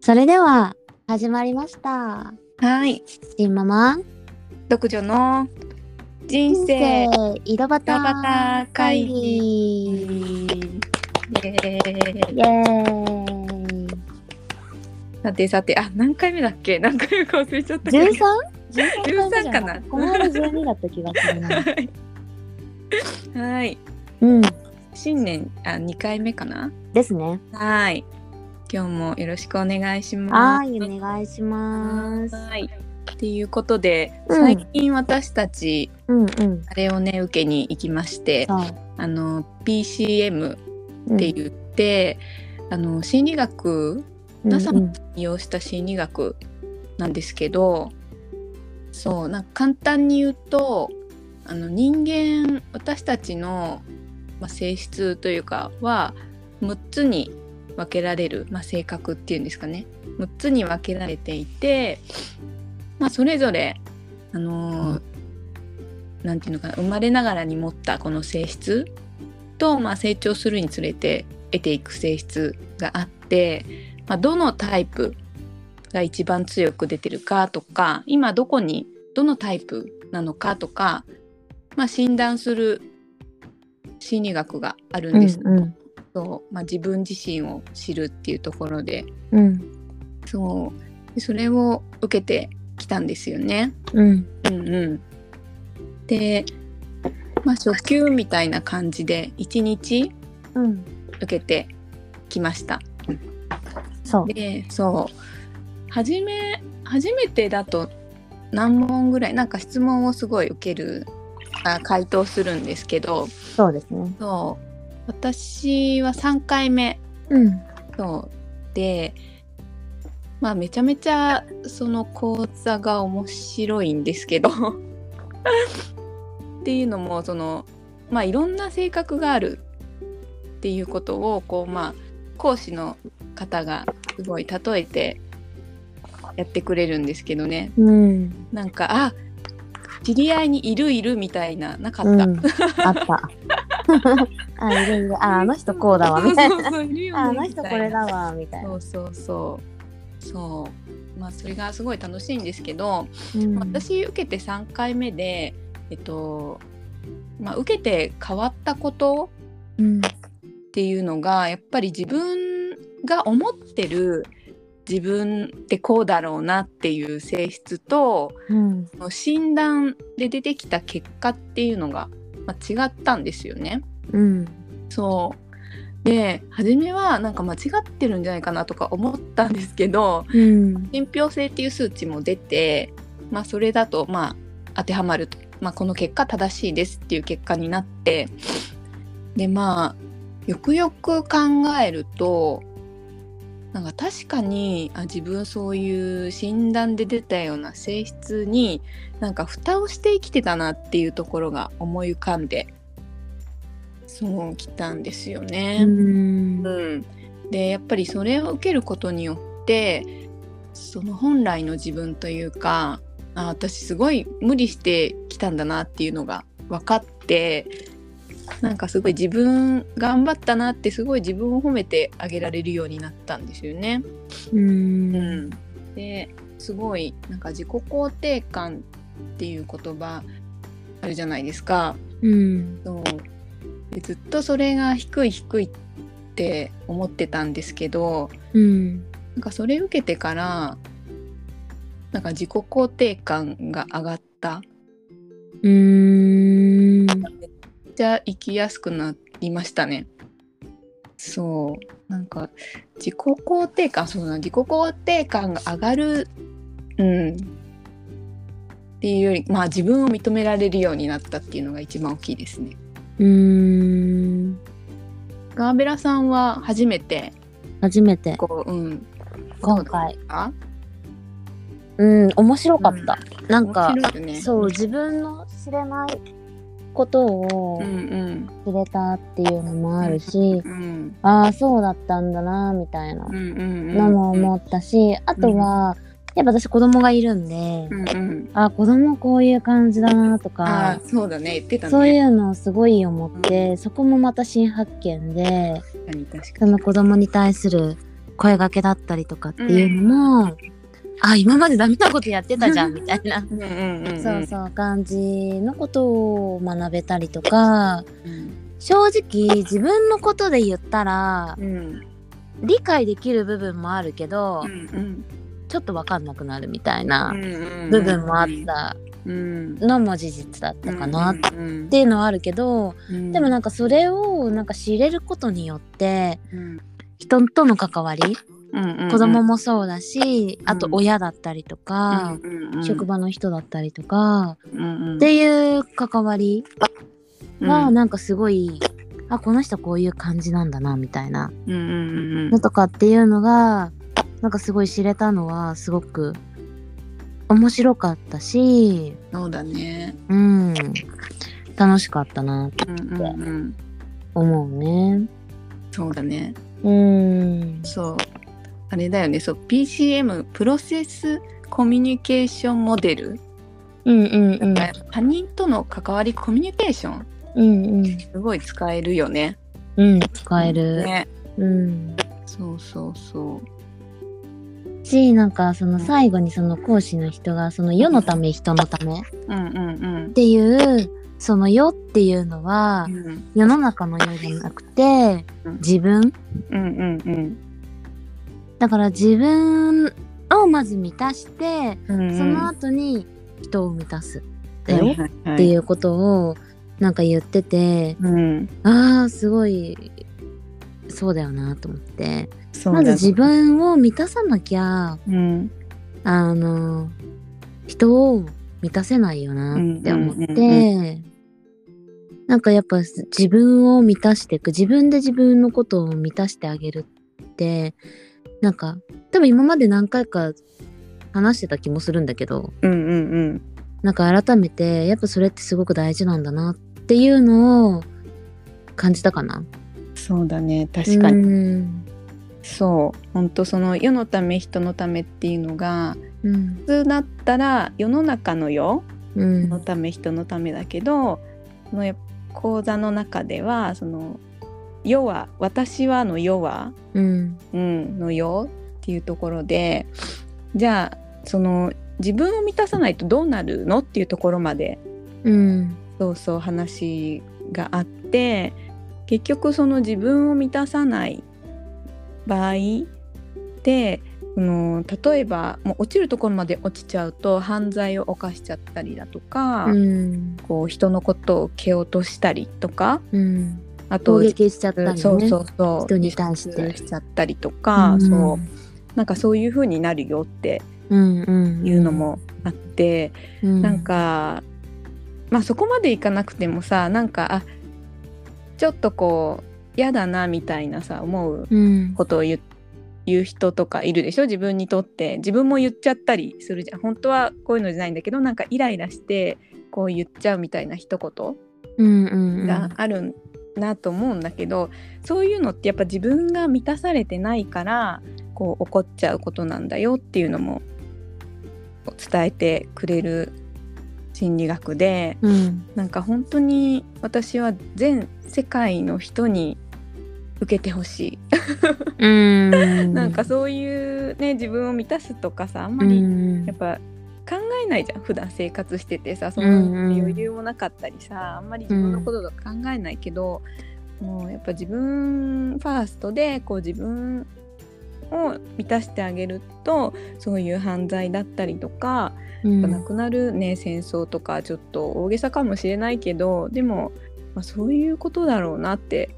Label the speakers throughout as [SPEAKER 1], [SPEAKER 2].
[SPEAKER 1] それでは始まりました。
[SPEAKER 2] はい。
[SPEAKER 1] 新ママ
[SPEAKER 2] 独女の人生。
[SPEAKER 1] 井戸端
[SPEAKER 2] 井戸端
[SPEAKER 1] 会
[SPEAKER 2] 会イ
[SPEAKER 1] 議。
[SPEAKER 2] エーイ
[SPEAKER 1] イエーイ。
[SPEAKER 2] さてさて、あ、何回目だっけ何回目か忘れちゃったけど。
[SPEAKER 1] 十三？13回目じゃ
[SPEAKER 2] 13かな
[SPEAKER 1] この間十二だった気がするな。
[SPEAKER 2] はいはい。
[SPEAKER 1] うん。
[SPEAKER 2] 新年、あ、二回目かな
[SPEAKER 1] ですね。
[SPEAKER 2] はい。今日もよろしくお願いしま
[SPEAKER 1] は
[SPEAKER 2] す。
[SPEAKER 1] い、お願いします。
[SPEAKER 2] はい。っていうことで、
[SPEAKER 1] うん
[SPEAKER 2] 最近私たち、
[SPEAKER 1] うんうん。
[SPEAKER 2] あれをね、受けに行きまして、
[SPEAKER 1] そう。
[SPEAKER 2] あの、PCM
[SPEAKER 1] っ
[SPEAKER 2] って言って、あの、心理学
[SPEAKER 1] うん。
[SPEAKER 2] 皆さん
[SPEAKER 1] うん
[SPEAKER 2] 利用した心理学なんですけどそうなんか簡単に言うとあの人間私たちの、まあ、性質というかは6つに分けられる、まあ、性格っていうんですかね6つに分けられていて、まあ、それぞれあのーなんていうのかな生まれながらに持ったこの性質と、まあ、成長するにつれて得ていく性質があって、まあ、どのタイプが一番強く出てるかとか今どこにどのタイプなのかとか、まあ、診断する心理学があるんです
[SPEAKER 1] うん
[SPEAKER 2] そうまあ、自分自身を知るっていうところで
[SPEAKER 1] うん
[SPEAKER 2] そうでそれを受けてきたんですよね。
[SPEAKER 1] うん
[SPEAKER 2] うんうん、で、まあ、初級みたいな感じで1日
[SPEAKER 1] うん。
[SPEAKER 2] 受けてきました。
[SPEAKER 1] そう。
[SPEAKER 2] でそう初め初めてだと何問ぐらいなんか質問をすごい受けるあ回答するんですけど
[SPEAKER 1] そうですね。
[SPEAKER 2] そう私は3回目
[SPEAKER 1] うん
[SPEAKER 2] そうでまあめちゃめちゃその講座が面白いんですけど っていうのもそのまあいろんな性格があるっていうことをこうまあ講師の方がすごい例えてやってくれるんですけどね
[SPEAKER 1] うん。
[SPEAKER 2] なんかあ知り合いにいるいるみたいななかった、
[SPEAKER 1] うん。あった。あ、いるいる。あ、あの人こうだわみたい
[SPEAKER 2] そうそうそういるよ
[SPEAKER 1] な。あ、あ
[SPEAKER 2] ね
[SPEAKER 1] の
[SPEAKER 2] み
[SPEAKER 1] 人
[SPEAKER 2] たいな
[SPEAKER 1] これだわみたいな。
[SPEAKER 2] そうそうそうそうまあそれがすごい楽しいんですけど、
[SPEAKER 1] うん
[SPEAKER 2] 私受けて3回目でえっとまあ受けて変わったこと
[SPEAKER 1] うん
[SPEAKER 2] っていうのがやっぱり自分が思ってる自分ってこうだろうなっていう性質と
[SPEAKER 1] うん
[SPEAKER 2] その診断で出てきた結果っていうのが、まあ、違ったんですよね。
[SPEAKER 1] うん
[SPEAKER 2] そうで初めはなんか間違ってるんじゃないかなとか思ったんですけど
[SPEAKER 1] うん
[SPEAKER 2] 信憑性っていう数値も出て、まあ、それだとまあ当てはまると、まあ、この結果正しいですっていう結果になってでまあよくよく考えるとなんか確かにあ自分そういう診断で出たような性質になんか蓋をして生きてたなっていうところが思い浮かんでそうきたんですよね。
[SPEAKER 1] うん
[SPEAKER 2] うん、でやっぱりそれを受けることによってその本来の自分というかあ私すごい無理してきたんだなっていうのが分かってなんかすごい自分頑張ったなってすごい自分を褒めてあげられるようになったんですよね。
[SPEAKER 1] うん
[SPEAKER 2] ですごいなんか自己肯定感っていう言葉あるじゃないですか。
[SPEAKER 1] うん
[SPEAKER 2] そうでずっとそれが低い低いって思ってたんですけど
[SPEAKER 1] うん
[SPEAKER 2] なんかそれ受けてからなんか自己肯定感が上がった
[SPEAKER 1] うん
[SPEAKER 2] めっちゃ生きやすくなりましたねそうなんか自己肯定感そうだな自己肯定感が上がるうんっていうよりまあ自分を認められるようになったっていうのが一番大きいですね
[SPEAKER 1] うん
[SPEAKER 2] ガーベラさんは初めて
[SPEAKER 1] 初めて
[SPEAKER 2] こううん
[SPEAKER 1] 今回
[SPEAKER 2] あ
[SPEAKER 1] うん面白かったなんか
[SPEAKER 2] 面白いよね
[SPEAKER 1] そう自分の知れないことを
[SPEAKER 2] うん
[SPEAKER 1] 知れたっていうのもあるし
[SPEAKER 2] うんうん
[SPEAKER 1] ああそうだったんだなみたいな
[SPEAKER 2] うんうんうん
[SPEAKER 1] のも思ったしあとはやっぱ私子供がいるんで
[SPEAKER 2] うんうん
[SPEAKER 1] あー子供こういう感じだなとか
[SPEAKER 2] ああそうだね言ってたね
[SPEAKER 1] そういうのをすごい思って、そこもまた新発見で
[SPEAKER 2] 確かに確か
[SPEAKER 1] その子供に対する声掛けだったりとかっていうのも、あ今までダメなことやってたじ ゃんみたいな。
[SPEAKER 2] うんうんうん
[SPEAKER 1] そうそう感じのことを学べたりとか
[SPEAKER 2] うん
[SPEAKER 1] 正直自分のことで言ったら
[SPEAKER 2] うん
[SPEAKER 1] 理解できる部分もあるけど、
[SPEAKER 2] うん
[SPEAKER 1] ちょっと分かんなくなるみたいな
[SPEAKER 2] うんうん
[SPEAKER 1] 部分もあった
[SPEAKER 2] うん
[SPEAKER 1] のも事実だったかなっ
[SPEAKER 2] うん
[SPEAKER 1] ていうのはあるけど、
[SPEAKER 2] うん
[SPEAKER 1] でもなんかそれをなんか知れることによって
[SPEAKER 2] うん
[SPEAKER 1] 人との関わり、
[SPEAKER 2] うんうん
[SPEAKER 1] 子供もそうだし、あと親だったりとか、
[SPEAKER 2] うんうんうん
[SPEAKER 1] 職場の人だったりとか、
[SPEAKER 2] うんうん
[SPEAKER 1] っていう関わり
[SPEAKER 2] うん
[SPEAKER 1] はなんかすごい、あこの人こういう感じなんだなみたいな
[SPEAKER 2] うんうんうん
[SPEAKER 1] のとかっていうのがなんかすごい知れたのはすごく面白かったし、
[SPEAKER 2] そうだね
[SPEAKER 1] うん、楽しかったなと
[SPEAKER 2] うんうんうん
[SPEAKER 1] 思うね。
[SPEAKER 2] そうだね
[SPEAKER 1] うん、
[SPEAKER 2] そうあれだよねそう PCM プロセスコミュニケーションモデル、
[SPEAKER 1] うんうんうん
[SPEAKER 2] 他人との関わりコミュニケーション
[SPEAKER 1] うんうん
[SPEAKER 2] すごい使えるよね。
[SPEAKER 1] うん使える、
[SPEAKER 2] ね。
[SPEAKER 1] うん
[SPEAKER 2] そうそうそう。
[SPEAKER 1] しなんかその最後にその講師の人がその世のため人のためっ
[SPEAKER 2] うんうん
[SPEAKER 1] ていうその世っていうのは
[SPEAKER 2] うん。うん
[SPEAKER 1] 世の中の世じゃなくて
[SPEAKER 2] うん
[SPEAKER 1] 自分
[SPEAKER 2] うんうん
[SPEAKER 1] だから自分をまず満たして
[SPEAKER 2] うんうん。
[SPEAKER 1] その後に人を満たすだ
[SPEAKER 2] だ
[SPEAKER 1] よっ
[SPEAKER 2] ってう。
[SPEAKER 1] いうことをなんか言ってて
[SPEAKER 2] うん。
[SPEAKER 1] あーすごいそうだよなと思って、
[SPEAKER 2] そうだ
[SPEAKER 1] ま
[SPEAKER 2] ね
[SPEAKER 1] ず自。分を満たさなきゃ
[SPEAKER 2] うん
[SPEAKER 1] あの人を満たせないよなって思って、
[SPEAKER 2] うんうんう
[SPEAKER 1] なんかやっぱ自分を満たしていく自分で自分のことを満たしてあげるってなんか多分今まで何回か話してた気もするんだけど
[SPEAKER 2] うんうんうん。
[SPEAKER 1] なんか改めてやっぱそれってすごく大事なんだなっていうのを感じたかな。
[SPEAKER 2] そうだね確かに。
[SPEAKER 1] うん
[SPEAKER 2] そう本当その世のため人のためっていうのが
[SPEAKER 1] うん
[SPEAKER 2] 普通だったら世の中の世
[SPEAKER 1] うん
[SPEAKER 2] のため人のためだけどそのやっぱ講座の中ではその世は私はの世は
[SPEAKER 1] うん
[SPEAKER 2] うん、のよっていうところでじゃあその自分を満たさないとどうなるのっていうところまで
[SPEAKER 1] うん
[SPEAKER 2] そうそう話があって結局その自分を満たさない場合でその例えばもう落ちるところまで落ちちゃうと犯罪を犯しちゃったりだとか、
[SPEAKER 1] うん
[SPEAKER 2] こう人のことを蹴落としたりとか
[SPEAKER 1] うん
[SPEAKER 2] あ
[SPEAKER 1] 攻
[SPEAKER 2] と、
[SPEAKER 1] 撃しちゃったりね
[SPEAKER 2] そうそうそう
[SPEAKER 1] 人に対して
[SPEAKER 2] 自殺しちゃったりとか、
[SPEAKER 1] うん
[SPEAKER 2] そうなんかそういう風になるよって
[SPEAKER 1] うんうん
[SPEAKER 2] いうのもあって、
[SPEAKER 1] うん
[SPEAKER 2] なんかまあそこまでいかなくてもさなんかあちょっとこう嫌だなみたいなさ思う
[SPEAKER 1] うん
[SPEAKER 2] ことを言う言う人とかいるでしょ自分にとって自分も言っちゃったりするじゃん本当はこういうのじゃないんだけどなんかイライラしてこう言っちゃうみたいな一言
[SPEAKER 1] うんうん
[SPEAKER 2] があるなと思うんだけど、そういうのってやっぱ自分が満たされてないからこう怒っちゃうことなんだよっていうのも伝えてくれる心理学で
[SPEAKER 1] うん
[SPEAKER 2] なんか本当に私は全世界の人に受けてほし
[SPEAKER 1] うん
[SPEAKER 2] い、なんかそういうね自分を満たすとかさあん
[SPEAKER 1] う
[SPEAKER 2] ま
[SPEAKER 1] んう
[SPEAKER 2] り
[SPEAKER 1] ん
[SPEAKER 2] やっぱ考えないじゃん普段生活しててさそ
[SPEAKER 1] うん
[SPEAKER 2] の
[SPEAKER 1] うん
[SPEAKER 2] 余裕もなかったりさあんまり自分のこととか考えないけど、もうやっぱ自分ファーストでこう自分を満たしてあげるとそういう犯罪だったりとか、
[SPEAKER 1] うん
[SPEAKER 2] なくなるね戦争とかちょっと大げさかもしれないけどでも、まあ、そういうことだろうなって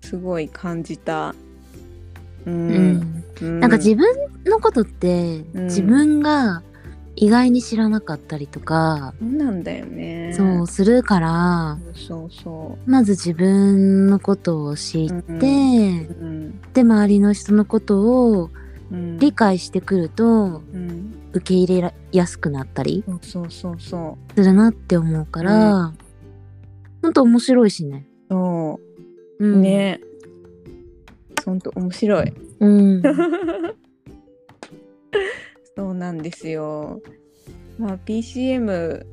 [SPEAKER 2] すごい感じた。
[SPEAKER 1] う
[SPEAKER 2] う
[SPEAKER 1] んん
[SPEAKER 2] うん
[SPEAKER 1] なんか自分のことって
[SPEAKER 2] うん
[SPEAKER 1] 自分が意外に知らなかったりとか
[SPEAKER 2] そうなんだよね。
[SPEAKER 1] そうするから
[SPEAKER 2] そうそ
[SPEAKER 1] まず自分のことを知っ
[SPEAKER 2] う。
[SPEAKER 1] て
[SPEAKER 2] うんうん
[SPEAKER 1] で周りの人のことを
[SPEAKER 2] うん
[SPEAKER 1] 理解してくると
[SPEAKER 2] うん、
[SPEAKER 1] 受け入れやすくなったり
[SPEAKER 2] そうそうそうそ
[SPEAKER 1] するなって思うから、ほんと面白いしね。、
[SPEAKER 2] うそううんね本当面 白い
[SPEAKER 1] うん。
[SPEAKER 2] そうなんですよまあ PCM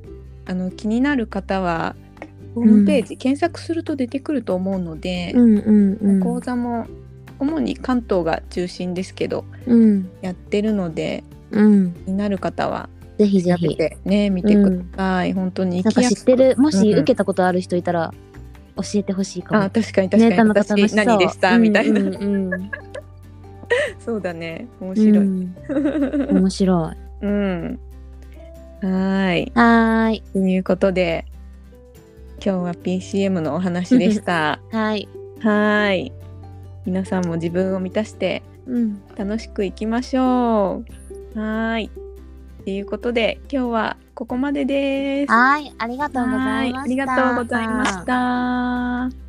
[SPEAKER 2] あの気になる方はホームページ、検索すると出てくると思うので
[SPEAKER 1] う、んうんうん。
[SPEAKER 2] 講座も主に関東が中心ですけど
[SPEAKER 1] うん
[SPEAKER 2] やってるので
[SPEAKER 1] うん
[SPEAKER 2] 気になる方は
[SPEAKER 1] ぜひぜ
[SPEAKER 2] 調べ
[SPEAKER 1] ひ
[SPEAKER 2] てね見てください、本当に行
[SPEAKER 1] なん
[SPEAKER 2] き
[SPEAKER 1] か
[SPEAKER 2] や
[SPEAKER 1] 知
[SPEAKER 2] す
[SPEAKER 1] っ
[SPEAKER 2] く
[SPEAKER 1] てるもし
[SPEAKER 2] うん
[SPEAKER 1] 受けたことある人いたら教えてほしいかも
[SPEAKER 2] あ確か
[SPEAKER 1] ね
[SPEAKER 2] に確かに、
[SPEAKER 1] 楽し
[SPEAKER 2] 私
[SPEAKER 1] そう
[SPEAKER 2] 何でした、
[SPEAKER 1] うん
[SPEAKER 2] みたいな、
[SPEAKER 1] うんうんうん
[SPEAKER 2] そうだね面白い、
[SPEAKER 1] う
[SPEAKER 2] うん
[SPEAKER 1] ん 面白い
[SPEAKER 2] はーい
[SPEAKER 1] はーい
[SPEAKER 2] ということで今日は PCM のお話でした
[SPEAKER 1] はい
[SPEAKER 2] はーい皆さんも自分を満たして
[SPEAKER 1] うん
[SPEAKER 2] 楽しくいきましょう。はーい。ということで今日はここまでです。
[SPEAKER 1] はーいありがとうございまし
[SPEAKER 2] は
[SPEAKER 1] た
[SPEAKER 2] ーいありがとうございました。